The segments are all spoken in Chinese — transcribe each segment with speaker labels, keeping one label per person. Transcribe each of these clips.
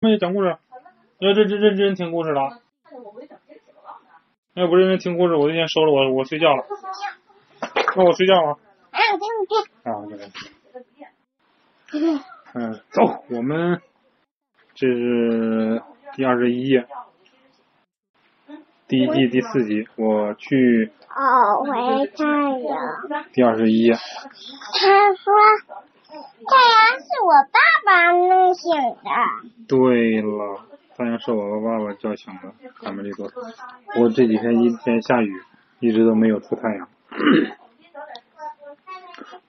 Speaker 1: 妹讲故事，要认真认真听故事了。要不认真听故事，我就先收了，我我睡觉了。那我睡觉了
Speaker 2: 啊，我给你变。
Speaker 1: 啊，嗯，走，我们这是第二十一页，第一季第四集，我去
Speaker 2: 哦，回太阳。
Speaker 1: 第二十一页。
Speaker 2: 他说，太阳是我爸爸弄醒的。
Speaker 1: 对了，太阳是我爸爸叫醒的，卡梅利多。我这几天一天下雨，一直都没有出太阳。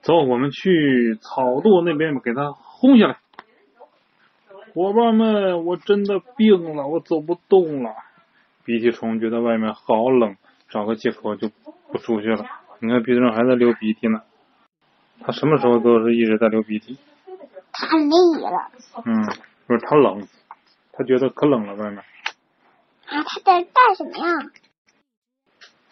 Speaker 1: 走，我们去草垛那边给它轰下来。伙伴们，我真的病了，我走不动了。鼻涕虫觉得外面好冷，找个借口就不出去了。你看，鼻涕虫还在流鼻涕呢。他什么时候都是一直在流鼻涕。
Speaker 2: 他累了
Speaker 1: 嗯，不是他冷，他觉得可冷了外面。
Speaker 2: 啊！他在干什么呀？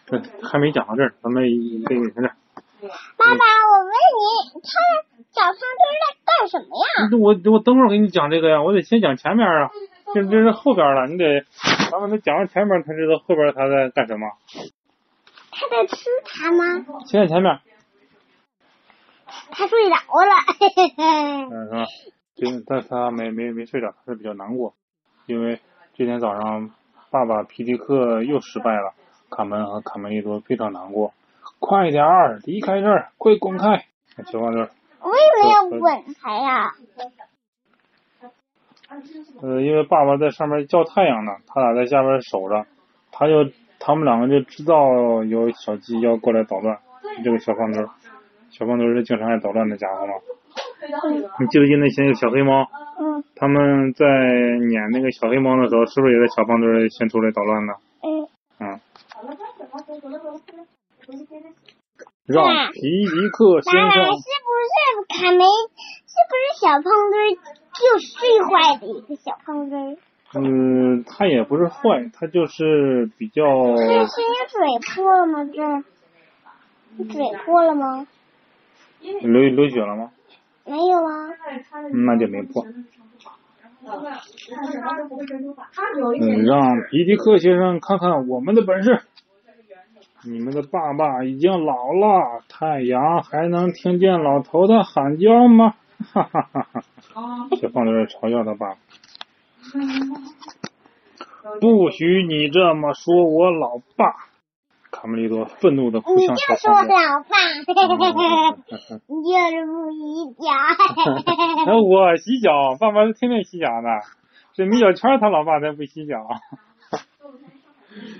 Speaker 1: 对，还没讲到这儿，咱们这个啥点。
Speaker 2: 爸爸，我问你，他早上都在干什么呀？
Speaker 1: 我我等会儿给你讲这个呀，我得先讲前面啊，这这是后边了，你得咱们得讲完前面才知道后边他在干什么。
Speaker 2: 他在吃它吗？
Speaker 1: 先讲前面，
Speaker 2: 他睡着了，嘿嘿嘿。
Speaker 1: 嗯，是吧？这但他没没没睡着，他是比较难过，因为这天早上爸爸皮迪克又失败了，卡门和卡梅利多非常难过。快点儿离开这儿，快滚开！小胖墩儿，
Speaker 2: 我以为要吻他呀。
Speaker 1: 呃，因为爸爸在上面叫太阳呢，他俩在下边守着，他就他们两个就知道有小鸡要过来捣乱。这个小胖墩儿，小胖墩儿是经常爱捣乱的家伙嘛。你记不记得那些小黑猫？
Speaker 2: 嗯
Speaker 1: 他们在撵那个小黑猫的时候，是不是也在小胖墩儿先出来捣乱呢？
Speaker 2: 嗯，
Speaker 1: 嗯。让皮迪克先
Speaker 2: 爸爸
Speaker 1: 生
Speaker 2: 是不是卡梅？是不是小胖墩儿就最坏的一个小胖墩儿？
Speaker 1: 嗯，他也不是坏，他就是比较
Speaker 2: 是是你嘴破了吗？这儿，你嘴破了吗？
Speaker 1: 流流血了吗？
Speaker 2: 没有啊。
Speaker 1: 那就没破。嗯，
Speaker 3: 嗯，
Speaker 1: 让皮迪克先生看看我们的本事。你们的爸爸已经老了，太阳还能听见老头的喊叫吗？哈哈哈哈！小胖墩儿嘲笑他爸爸。不许你这么说我老爸！卡梅利多愤怒的扑
Speaker 2: 你
Speaker 1: 向
Speaker 2: 就
Speaker 1: 小
Speaker 2: 说
Speaker 1: 胖墩嗯儿。
Speaker 2: 老爸，嘿嘿嘿嘿，你就是不一家，嘿嘿嘿 嘿
Speaker 1: 那我洗脚，爸爸是天天洗脚的。这米小圈儿他老爸才不洗脚。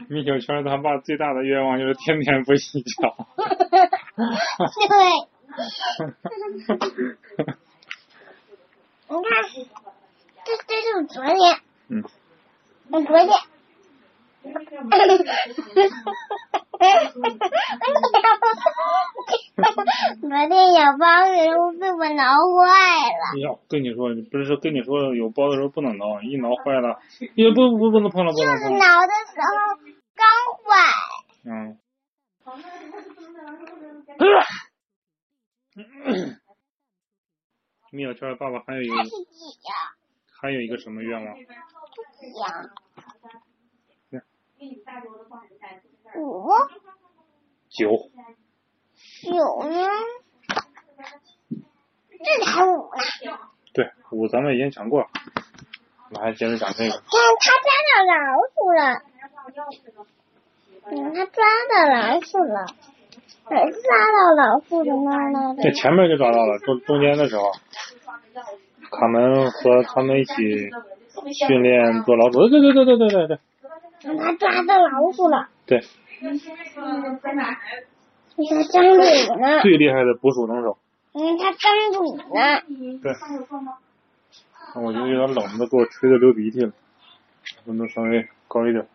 Speaker 1: 米小圈儿他爸最大的愿望就是天天不洗脚。
Speaker 2: 对，你看，这这是我昨天，
Speaker 1: 嗯，
Speaker 2: 我昨天， 昨天小胖墩被我挠坏了。
Speaker 1: 你要跟你说，不是跟你说有包的时候不能挠，一挠坏了， 也不不不能碰了，不
Speaker 2: 就
Speaker 1: 能
Speaker 2: 是
Speaker 1: 碰了。
Speaker 2: 挠的时候刚坏，
Speaker 1: 嗯。嗯 米小圈儿爸爸还有一个
Speaker 2: 它是几呀？
Speaker 1: 还有一个什么愿望？
Speaker 2: 几呀？五
Speaker 1: 九。
Speaker 2: 九呢？这才五呢！
Speaker 1: 对，五咱们已经讲过了，我们还接着讲这个。
Speaker 2: 看它抓到老鼠了，嗯，它抓到老鼠了，哪是抓到老鼠的那儿来
Speaker 1: 这
Speaker 2: 着？
Speaker 1: 前面就抓到了，中中间的时候，卡门和他们一起训练做老鼠。对对对对对对对
Speaker 2: 它抓到老鼠了，
Speaker 1: 对，
Speaker 2: 它张嘴呢，
Speaker 1: 最厉害的捕鼠能手。
Speaker 2: 嗯，它张嘴呢，
Speaker 1: 对，我觉得有点冷，都给我吹的流鼻涕了，温度稍微高一点。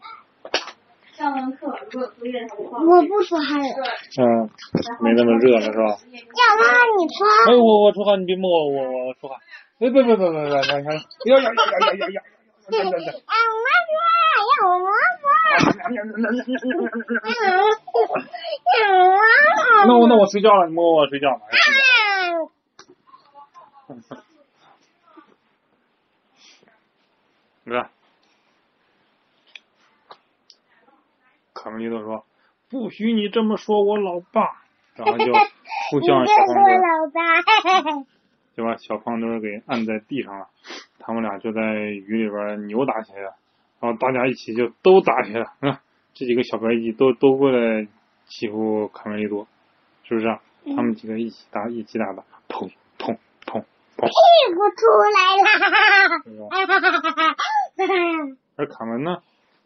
Speaker 3: 上完课如果作业投放，
Speaker 2: 我不出汗了。
Speaker 1: 嗯，没那么热了是吧？
Speaker 2: 小胖，你
Speaker 1: 哎
Speaker 2: 穿，
Speaker 1: 呦，我我出汗，你别摸我，我我我出汗。哎，别别别别别别别！哎呀呀呀呀呀呀！
Speaker 2: 让我摸摸，让我摸摸。
Speaker 1: 那
Speaker 2: 那
Speaker 1: 我那我睡觉了，你摸我睡觉了。
Speaker 2: 哎
Speaker 1: 你看，康熙都说不许你这么说我老 爸，然后就互
Speaker 2: 你
Speaker 1: 相
Speaker 2: 别
Speaker 1: 小胖
Speaker 2: 说
Speaker 1: 墩儿
Speaker 2: 老爸，
Speaker 1: 就把小胖墩儿给按在地上了，他们俩就在雨里边儿扭打起来了，然后大家一起就都打起来了，啊，这几个小白鸡都都过来欺负卡梅利多，是不是、啊？他
Speaker 2: 嗯
Speaker 1: 们几个一起打，一起打吧，砰砰砰砰，
Speaker 2: 屁股
Speaker 1: 是
Speaker 2: 出来啦！
Speaker 1: 吧？
Speaker 2: 哈哈哈哈哈！
Speaker 1: 而卡门呢，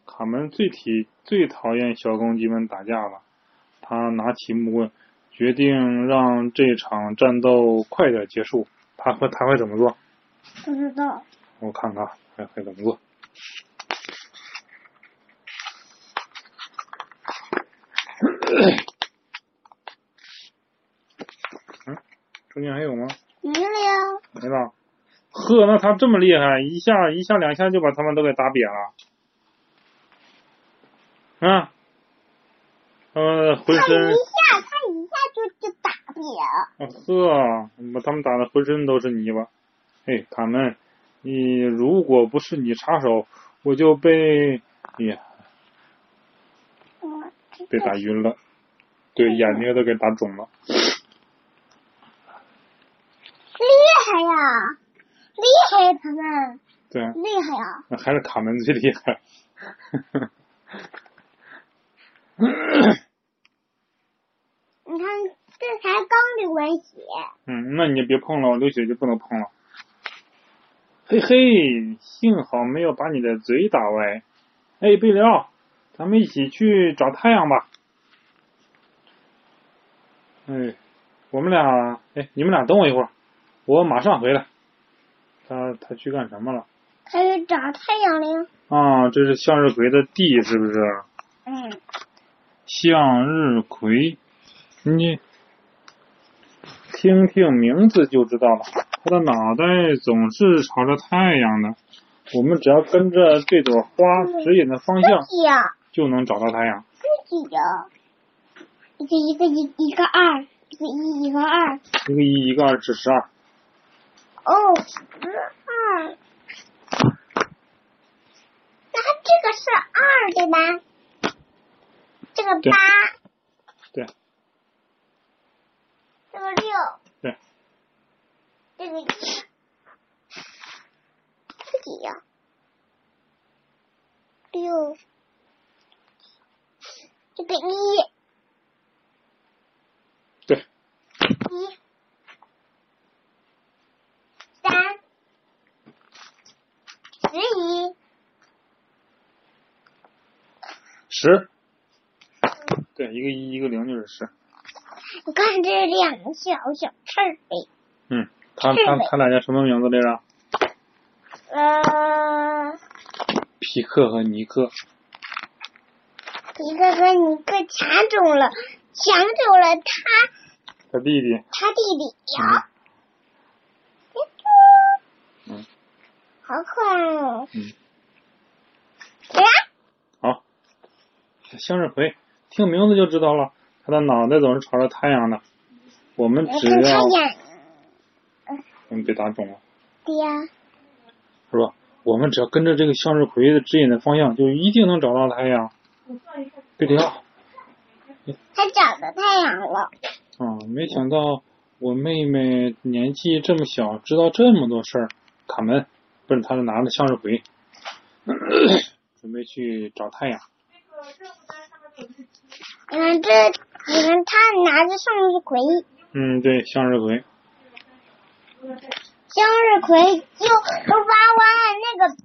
Speaker 1: 卡门最体最讨厌小公鸡们打架了。他拿起木棍，决定让这场战斗快点结束。他会他会怎么做？
Speaker 2: 不知道，
Speaker 1: 我看看还会怎么做。嗯，中间还有吗？
Speaker 2: 没了呀，
Speaker 1: 没了。呵，那他这么厉害，一下一下两下就把他们都给打瘪了。啊，他们浑
Speaker 2: 他
Speaker 1: 身
Speaker 2: 一下他一下就就打扁，
Speaker 1: 啊呵，把他们打的浑身都是泥巴。嘿，卡门，你如果不是你插手，我就被，哎呀，
Speaker 2: 嗯，
Speaker 1: 被打晕了，对，眼睛都给打肿了。
Speaker 2: 厉害呀，厉害呀，他们
Speaker 1: 对啊，
Speaker 2: 厉害呀，
Speaker 1: 那还是卡门最厉害。
Speaker 2: 你看这才刚流完血，
Speaker 1: 嗯，那你就别碰了，我流血就不能碰了。嘿嘿，幸好没有把你的嘴打歪。哎，贝里奥，咱们一起去找太阳吧。哎，我们俩，哎，你们俩等我一会儿，我马上回来。他他去干什么了？
Speaker 2: 他就找太阳了呀，
Speaker 1: 啊，这是向日葵的地是不是？
Speaker 2: 嗯，
Speaker 1: 向日葵，你听听名字就知道了。它的脑袋总是朝着太阳的，我们只要跟着这朵花指引的方向，
Speaker 2: 自己呀，
Speaker 1: 就能找到太阳。
Speaker 2: 自己呀，一个一个一一个二，一个一一个二，
Speaker 1: 一个一，一个二是十二。
Speaker 2: 哦，十二。那这个是二对吧？这个
Speaker 1: 对
Speaker 2: 八，
Speaker 1: 对，
Speaker 2: 这个六，
Speaker 1: 对，
Speaker 2: 这个一，这几呀？六，这个一，
Speaker 1: 对，
Speaker 2: 一，三，十一，
Speaker 1: 十。对，一个一，一个零就是十。
Speaker 2: 我看这两个小小刺儿呗。
Speaker 1: 嗯，他他他俩叫什么名字来着？
Speaker 2: 呃，
Speaker 1: 皮克和尼克。
Speaker 2: 一个和尼克抢走了，抢走了他
Speaker 1: 他弟弟。
Speaker 2: 他弟弟呀。
Speaker 1: 嗯
Speaker 2: 哎好可爱哦！
Speaker 1: 嗯。
Speaker 2: 来呀，
Speaker 1: 好，向日葵，听名字就知道了，它的脑袋总是朝着太阳的。我们
Speaker 2: 我
Speaker 1: 只
Speaker 2: 哎看
Speaker 1: 要
Speaker 2: 他，眼
Speaker 1: 嗯，被打肿了，
Speaker 2: 的呀，
Speaker 1: 是吧？我们只要跟着这个向日葵的指引的方向，就一定能找到太阳。贝里奥，
Speaker 2: 他找到太阳了。
Speaker 1: 啊，没想到我妹妹年纪这么小，知道这么多事儿。卡门，不是，他是拿着向日葵， 准备去找太阳。
Speaker 2: 你看这，你看他拿着向日葵，
Speaker 1: 嗯，对，向日葵，
Speaker 2: 向日葵就都挖弯了那个，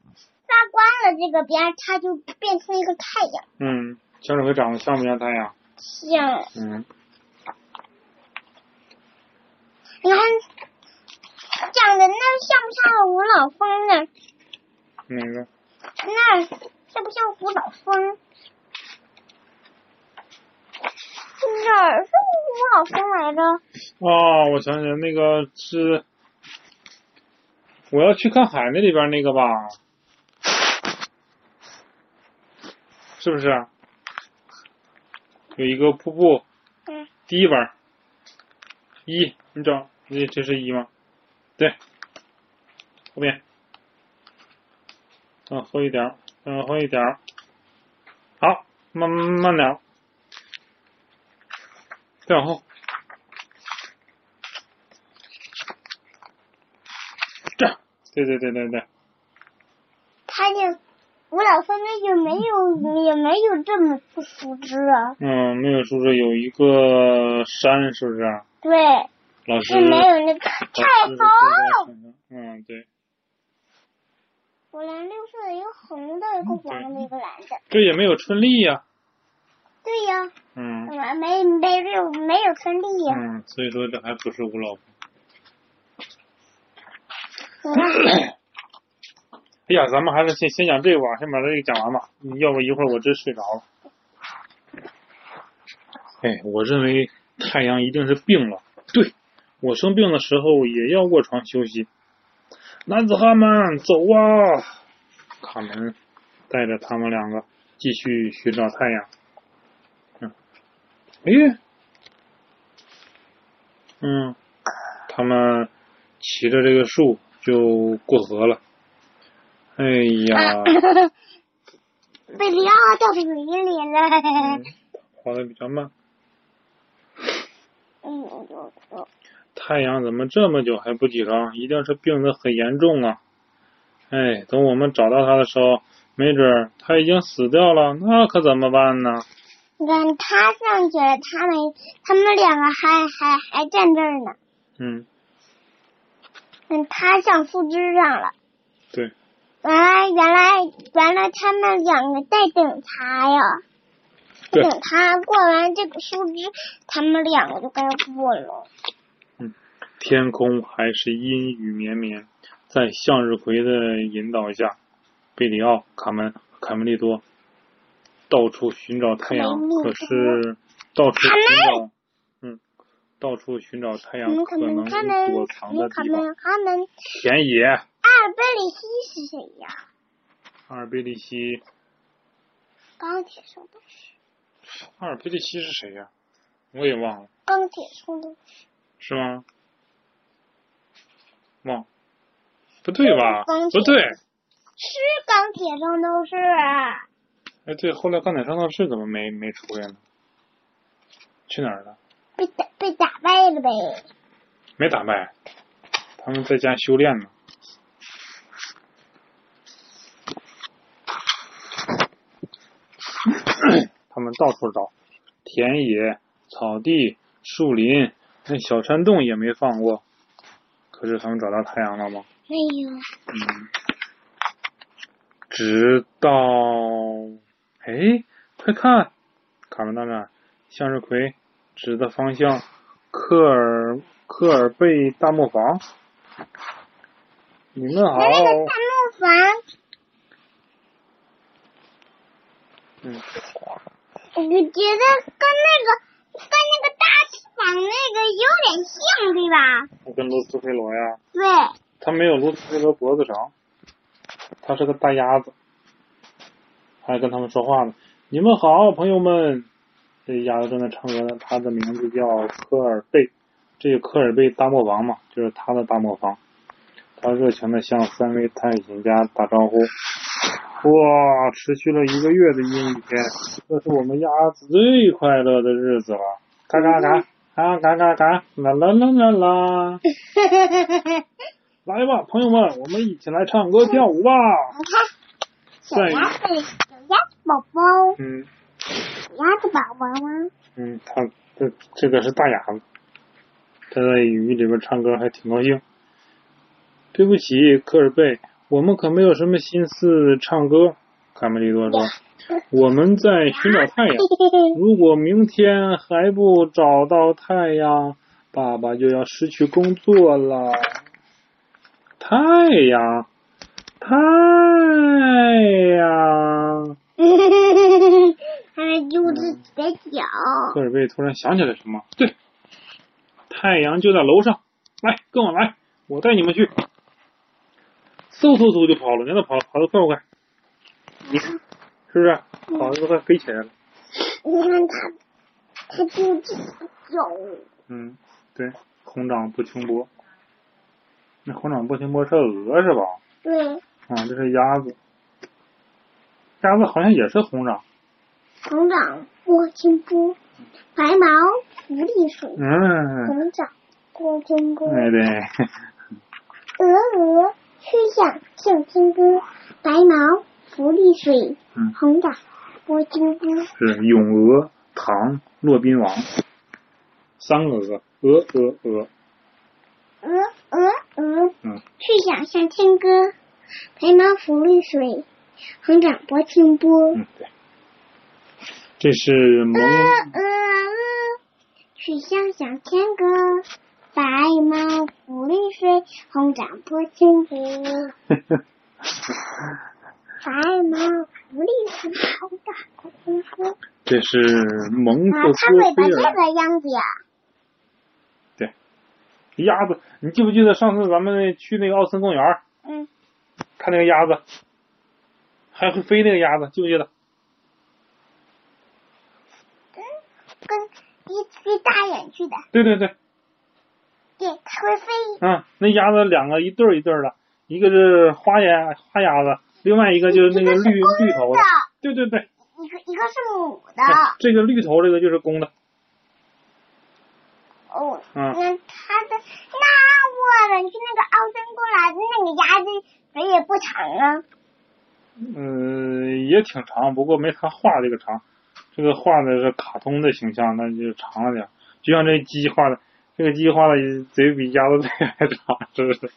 Speaker 2: 挖光了这个边儿，它就变成一个太阳。
Speaker 1: 嗯，向日葵长得像不像太阳？
Speaker 2: 像，
Speaker 1: 嗯。
Speaker 2: 你看长得那像不像五老峰呢？
Speaker 1: 哪个？
Speaker 2: 那儿像不像五老峰？哪儿是五老峰来着？
Speaker 1: 哦，我想起来，那个是我要去看海那里边那个吧，是不是？有一个瀑布，
Speaker 2: 嗯，
Speaker 1: 第一本一，你找，这这是一吗？对，后面嗯，喝一点儿，嗯，喝一点儿。好，慢慢点儿，再往后，这儿，对对对对对，
Speaker 2: 他就我老分明就没有也没有这么不熟知啊，
Speaker 1: 嗯，没有叔叔有一个山，是不是？
Speaker 2: 对，
Speaker 1: 老师
Speaker 2: 是没有那
Speaker 1: 老
Speaker 2: 个太
Speaker 1: 师
Speaker 2: 好。
Speaker 1: 是在山上嗯，对，
Speaker 2: 我蓝绿色的，一个红的，一个黄的，一个蓝的。
Speaker 1: 这也没有春丽呀、
Speaker 2: 对哎呀，
Speaker 1: 嗯
Speaker 2: 我还没没有没有春丽呀。
Speaker 1: 嗯，所以说这还不是我老婆。
Speaker 2: 你看，
Speaker 1: 哎呀，咱们还是先先讲这个吧，先把这个讲完吧，嗯要不一会儿我真睡着了。哎，我认为太阳一定是病了。对，我生病的时候也要卧床休息。男子汉们，走啊！卡门带着他们两个继续寻找太阳。嗯，哎，嗯，他们骑着这个树就过河了。哎呀，
Speaker 2: 被里奥掉水里了
Speaker 1: 嗯。滑的比较慢。
Speaker 2: 嗯，有有。
Speaker 1: 太阳怎么这么久还不起床？一定是病得很严重啊！哎，等我们找到他的时候，没准儿他已经死掉了，那可怎么办呢？
Speaker 2: 你看他上去了，他们他们两个还还还站这儿呢。
Speaker 1: 嗯，
Speaker 2: 嗯，他上树枝上了。
Speaker 1: 对，
Speaker 2: 原来原来原来他们两个在等他呀，
Speaker 1: 对
Speaker 2: 等他过完这个树枝，他们两个就该过了。
Speaker 1: 天空还是阴雨绵绵，在向日葵的引导下，贝里奥、卡门、卡梅利多到处寻找太阳
Speaker 2: 卡梅利，多
Speaker 1: 可是到处寻找，嗯，到处寻找太阳，
Speaker 2: 你
Speaker 1: 可
Speaker 2: 可
Speaker 1: 能
Speaker 2: 能他们，
Speaker 1: 躲藏的
Speaker 2: 你可
Speaker 1: 地方，
Speaker 2: 能他们
Speaker 1: 田野。
Speaker 2: 阿尔贝里希是谁呀？
Speaker 1: 阿尔贝利西，
Speaker 2: 钢铁兽的，
Speaker 1: 阿尔贝利西是谁呀、我也忘了，
Speaker 2: 钢铁兽的，
Speaker 1: 是吗？忘，不对吧？不
Speaker 2: 钢铁
Speaker 1: 对，
Speaker 2: 是钢铁圣斗士。
Speaker 1: 哎对，后来钢铁圣斗士怎么没没出来呢？去哪儿了？
Speaker 2: 被打被打败了呗，
Speaker 1: 没打败，他们在家修炼呢。他们到处找，田野、草地、树林，那小山洞也没放过。可是他们找到太阳了吗？
Speaker 2: 哎呦，
Speaker 1: 嗯，直到，哎，快看，卡门大大，向日葵指的方向，科尔科尔贝大磨坊。你们好
Speaker 2: 那，哎那
Speaker 1: 哦
Speaker 2: 个大木筏
Speaker 1: 嗯，
Speaker 2: 我觉得跟那个跟那个大翅膀那个有点像，对吧？
Speaker 1: 我跟卢斯菲罗呀，
Speaker 2: 对，
Speaker 1: 他没有卢斯菲罗脖子长，他是个大鸭子，还跟他们说话呢。你们好，朋友们。这鸭子正在唱歌呢，它的名字叫科尔贝，这个科尔贝大魔王嘛，就是他的大魔方。他热情地向三位探险家打招呼。哇，持续了一个月的阴雨天，这是我们鸭子最快乐的日子了。嘎嘎嘎，嘎嘎嘎嘎，啦啦啦啦啦。来吧，朋友们，我们一起来唱歌跳舞吧。
Speaker 2: 你看，小
Speaker 1: 在
Speaker 2: 鸭子，小鸭子宝宝，
Speaker 1: 嗯
Speaker 2: 小鸭子宝宝吗？
Speaker 1: 嗯，他这这个是大哑子，他在雨里边唱歌还挺高兴。对不起，科尔贝，我们可没有什么心思唱歌。卡梅利多说：“我们在寻找太阳。 如果明天还不找到太阳，爸爸就要失去工作了。太阳，太阳。
Speaker 2: 他们揪自己哎的脚，
Speaker 1: 科尔贝突然想起来什么，对，太阳就在楼上，来，跟我来，我带你们去。嗖嗖嗖就跑了，你看他跑跑得快不快？你看，是不是跑得都快飞起来了？
Speaker 2: 你看它，它揪自己的脚，
Speaker 1: 嗯，对，红掌拨清波。那红掌拨清波是鹅是吧？
Speaker 2: 对，
Speaker 1: 啊，这是鸭子。鸭子好像也是红掌。
Speaker 2: 红掌拨清波，白毛浮绿水。
Speaker 1: 嗯，
Speaker 2: 红掌拨清波，
Speaker 1: 哎对，
Speaker 2: 鹅鹅曲项向天歌。白毛浮绿水
Speaker 1: 嗯，
Speaker 2: 红掌拨清波。
Speaker 1: 是咏鹅、唐、骆宾王，三个鹅，鹅鹅鹅，
Speaker 2: 鹅鹅鹅，
Speaker 1: 嗯，
Speaker 2: 去响向天歌，白毛浮绿水，红掌拨清波。鹅
Speaker 1: 嗯对。这是蒙
Speaker 2: 鹅鹅，曲项向天歌，白毛浮绿水，红掌拨清波。白毛浮绿水，红掌拨清波。啊，
Speaker 1: 这是蒙特
Speaker 2: 它尾
Speaker 1: 梭
Speaker 2: 巴
Speaker 1: 菲
Speaker 2: 这
Speaker 1: 尔
Speaker 2: 个样子呀？
Speaker 1: 鸭子，你记不记得上次咱们去那个奥森公园儿
Speaker 2: 嗯，
Speaker 1: 看那个鸭子，还会飞那个鸭子，记不记得？
Speaker 2: 跟一只大眼去的，
Speaker 1: 对对对，
Speaker 2: 对，它会飞。
Speaker 1: 嗯，那鸭子两个一对儿一对儿的，一个是花鸭花鸭子，另外一个就是那个绿
Speaker 2: 一个是
Speaker 1: 绿头的
Speaker 2: 公的，，啊
Speaker 1: 对对对，
Speaker 2: 一个一个是母的。
Speaker 1: 哎这个绿头这个就是公的，
Speaker 2: 哦，
Speaker 1: 嗯
Speaker 2: 那他的那我们去那个奥森公园，那个鸭子腿也不长啊。
Speaker 1: 嗯、也挺长，不过没它画这个长，这个画的是卡通的形象，那就长了点儿，就像这鸡画的，这个鸡画的嘴比鸭子腿还长，是不 是？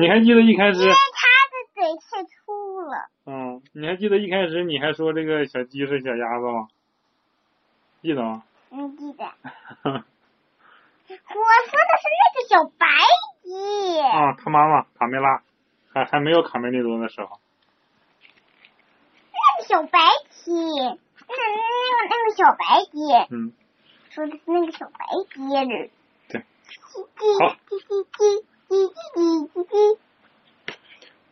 Speaker 1: 你还记得一开始
Speaker 2: 因为，它的嘴太粗了。
Speaker 1: 嗯，你还记得一开始你还说这个小鸡是小鸭子吗？记得吗？
Speaker 2: 嗯，记得。我说的是那个小白鸡。
Speaker 1: 啊，他妈妈卡梅拉，还还没有卡梅利多的时候，
Speaker 2: 那个小白鸡，那那个那个小白鸡，
Speaker 1: 嗯，
Speaker 2: 说的是那个小白鸡儿。
Speaker 1: 对
Speaker 2: 叽
Speaker 1: 好
Speaker 2: 叽叽叽叽叽叽叽叽。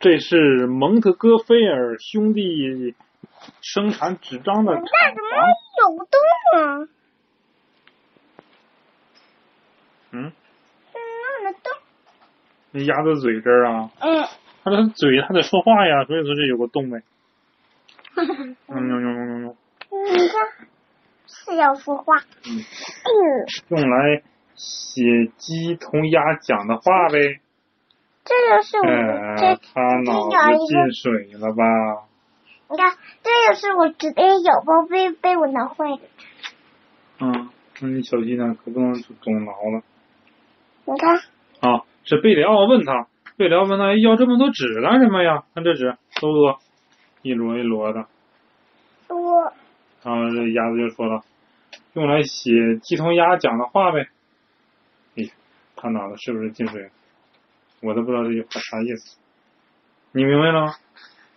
Speaker 1: 这是蒙特哥菲尔兄弟生产纸张的厂
Speaker 2: 那怎么
Speaker 1: 房，
Speaker 2: 有洞啊？
Speaker 1: 嗯，
Speaker 2: 那么洞？
Speaker 1: 那鸭子嘴这儿啊，
Speaker 2: 嗯。
Speaker 1: 它的嘴它得说话呀，所以说这有个洞呗，嗯
Speaker 2: 嗯，
Speaker 1: 用用用用用，
Speaker 2: 你看是要说话。
Speaker 1: 嗯
Speaker 2: 哎呦，
Speaker 1: 用来写鸡同鸭讲的话呗，
Speaker 2: 这就是我
Speaker 1: 嗯、
Speaker 2: 这
Speaker 1: 他
Speaker 2: 这
Speaker 1: 脑
Speaker 2: 有
Speaker 1: 子
Speaker 2: 一个，
Speaker 1: 进水了吧？
Speaker 2: 你看，这就是我直接有包被被我挠坏的。
Speaker 1: 嗯，那你小心点、可不能总挠了。
Speaker 2: 你看，
Speaker 1: 啊，是贝里奥问他，贝里奥问他哎要这么多纸干什么呀？啊看这纸多不多？一摞一摞的。
Speaker 2: 我
Speaker 1: 然后这鸭子就说了，用来写鸡同鸭讲的话呗。咦，他脑子是不是进水了？我都不知道这句话啥意思。你明白了吗？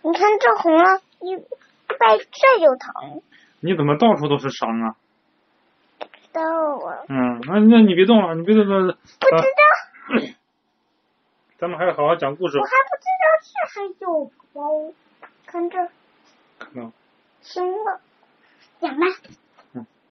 Speaker 2: 你看这红了一被这就疼，
Speaker 1: 你怎么到处都是伤啊？
Speaker 2: 到我
Speaker 1: 嗯，那那你别动了，你别动了。
Speaker 2: 不知
Speaker 1: 啊
Speaker 2: 道，
Speaker 1: 咱们还是好好讲故事
Speaker 2: 我。还不知道这还有包，看这
Speaker 1: 看到
Speaker 2: 行了，讲吧，